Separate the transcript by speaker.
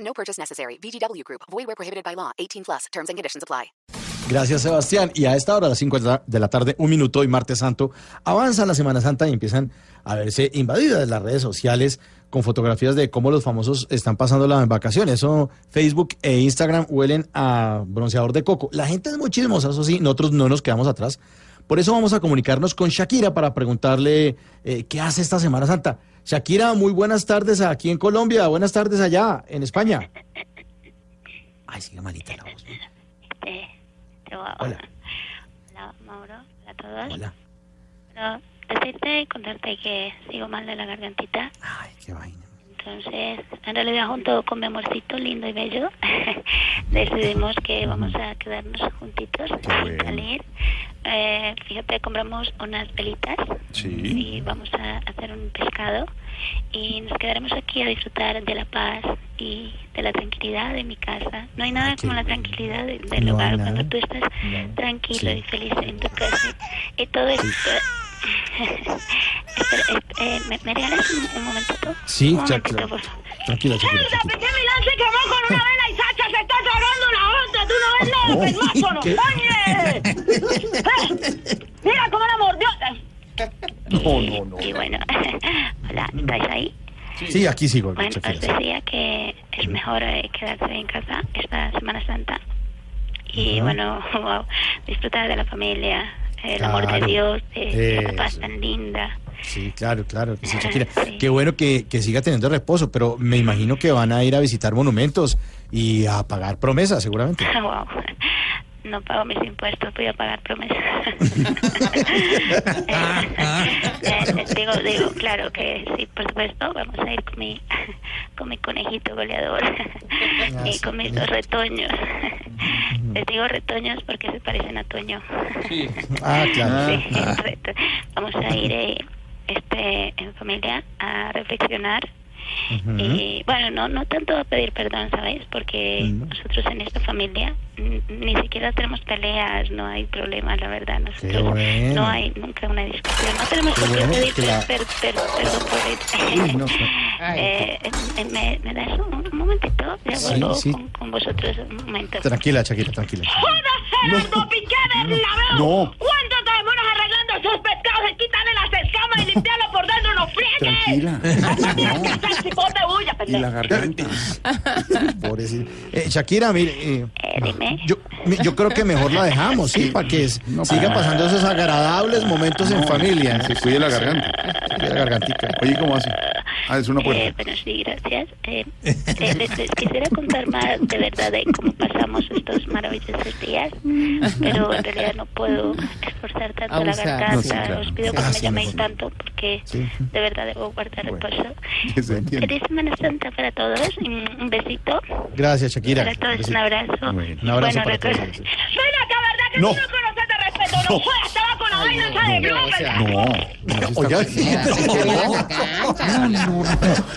Speaker 1: No purchase necessary. VGW Group. Void where prohibited by law. 18 plus. Terms and conditions apply.
Speaker 2: Gracias, Sebastián. Y a esta hora, a las 5 de la- de la tarde, un minuto hoy, martes santo, avanza la Semana Santa y empiezan a verse invadidas las redes sociales con fotografías de cómo los famosos están pasando las vacaciones. Eso, Facebook e Instagram huelen a bronceador de coco. La gente es muy chismosa, eso sí, nosotros no nos quedamos atrás. Por eso vamos a comunicarnos con Shakira para preguntarle eh, qué hace esta Semana Santa. Shakira, muy buenas tardes aquí en Colombia, buenas tardes allá en España. Ay, sigue malita la voz.
Speaker 3: Eh, te voy a-
Speaker 2: Hola.
Speaker 3: Hola, Mauro. Hola a todos.
Speaker 2: Hola.
Speaker 3: Bueno, decirte y contarte que sigo mal de la gargantita.
Speaker 2: Ay, qué vaina.
Speaker 3: Entonces, en realidad, junto con mi amorcito lindo y bello, decidimos que vamos a quedarnos juntitos sin salir. Eh, fíjate, compramos unas velitas y vamos a hacer un pescado. Y nos quedaremos aquí a disfrutar de la paz y de la tranquilidad de mi casa. No hay nada
Speaker 2: qué
Speaker 3: como la
Speaker 2: bueno.
Speaker 3: tranquilidad de- del
Speaker 2: No hay
Speaker 3: hogar
Speaker 2: nada.
Speaker 3: cuando tú estás tranquilo
Speaker 2: Sí.
Speaker 3: y feliz en tu casa. Y todo esto. Espera, esp- eh, ¿me, me regalas un, un momentito?
Speaker 2: Sí,
Speaker 3: un
Speaker 2: cha-
Speaker 3: momentito,
Speaker 2: cha-
Speaker 3: por favor.
Speaker 2: tranquila, Shakira.
Speaker 4: ¡Mierda!
Speaker 2: tranquila.
Speaker 4: Piqué Milán se quemó con una vela y Sacha se está tragando la otra. Tú no ves nada del permáfono.
Speaker 2: ¿qué?
Speaker 4: ¡Oye! Eh, Mira cómo la mordió. Ay, pues
Speaker 3: Y bueno, hola, ¿estáis ahí?
Speaker 2: Sí, aquí sigo.
Speaker 3: Bueno,
Speaker 2: Shakira,
Speaker 3: os
Speaker 2: sí.
Speaker 3: decía que es mejor eh, quedarse en casa esta Semana Santa y
Speaker 2: Ajá.
Speaker 3: bueno, wow, disfrutar de la familia, el amor
Speaker 2: Claro.
Speaker 3: de Dios, de, de la paz
Speaker 2: Eso.
Speaker 3: tan linda.
Speaker 2: Sí, claro, claro. que sí, Shakira.
Speaker 3: Sí.
Speaker 2: Qué bueno que, que siga teniendo reposo, pero me imagino que van a ir a visitar monumentos y a pagar promesas, seguramente.
Speaker 3: Wow. No pago mis impuestos, voy a pagar promesas. Eh, digo, digo, claro que sí, por supuesto, vamos a ir con mi, con mi conejito goleador y con mis dos retoños. Les digo retoños porque se parecen a Toño.
Speaker 2: Ah, claro.
Speaker 3: Sí, reto- Vamos a ir eh, este, en familia a reflexionar y bueno, no, no tanto a pedir perdón, ¿sabes? Porque nosotros en esta familia mm, ni siquiera tenemos peleas, no hay problemas, la verdad. Nosotros
Speaker 2: bueno.
Speaker 3: no hay nunca una discusión. No tenemos por qué
Speaker 2: bueno,
Speaker 3: pedir
Speaker 2: que la-
Speaker 3: per- per- perdón por el- Eh, eh, ¿me, me das un, un momentito? Ya
Speaker 2: Sí,
Speaker 3: vuelvo
Speaker 2: sí.
Speaker 3: Con, con vosotros un momento.
Speaker 2: Tranquila, Shakira, tranquila.
Speaker 4: ¡Joda, Gerardo Piqué del laveo!
Speaker 5: No.
Speaker 4: ¿Cuánto te demoras arreglando esos pescados? Quítale las escamas y limpiarlo por dentro, no friegues.
Speaker 5: Tranquila.
Speaker 4: Tienes que hacer chipote bulla,
Speaker 5: Y la
Speaker 4: pendejo.
Speaker 5: garganta.
Speaker 2: Pobrecita. Eh, Shakira, mire, eh,
Speaker 3: Eh, dime.
Speaker 2: yo, mi- yo creo que mejor la dejamos, ¿sí? Para que s-
Speaker 5: No,
Speaker 2: sigan
Speaker 5: para-
Speaker 2: pasando esos agradables momentos en familia.
Speaker 5: Se cuide la garganta.
Speaker 2: Cuida la gargantica.
Speaker 5: Oye, ¿cómo hace? Ah, es una
Speaker 3: Eh,
Speaker 5: puerta.
Speaker 3: bueno, sí, gracias. Eh, eh, les, les quisiera contar más de verdad de cómo pasamos estos maravillosos días, pero en realidad no puedo esforzar tanto
Speaker 6: Abusar.
Speaker 3: la
Speaker 5: No, sí,
Speaker 3: garganta.
Speaker 5: claro.
Speaker 3: Os pido
Speaker 2: Ah,
Speaker 3: que no me
Speaker 2: sí,
Speaker 3: llaméis
Speaker 2: mejor.
Speaker 3: tanto porque
Speaker 2: Sí.
Speaker 3: de verdad debo guardar el
Speaker 5: Bueno.
Speaker 3: paso.
Speaker 5: Que se entiende.
Speaker 3: Feliz Semana Santa para todos. Un un besito.
Speaker 2: Gracias, Shakira.
Speaker 3: Para todos un abrazo.
Speaker 5: Bueno.
Speaker 2: Un abrazo
Speaker 3: Bueno,
Speaker 2: para todos.
Speaker 3: recuerden-
Speaker 4: Ven acá, ¿verdad que
Speaker 5: No.
Speaker 4: tú no conoces de respeto? No, jodas, estaba con la vaina esa de
Speaker 6: no,
Speaker 4: Blue,
Speaker 6: o sea,
Speaker 5: No.
Speaker 2: Oiga,
Speaker 6: Así que viva la
Speaker 5: No,
Speaker 6: cancha.
Speaker 5: no, no.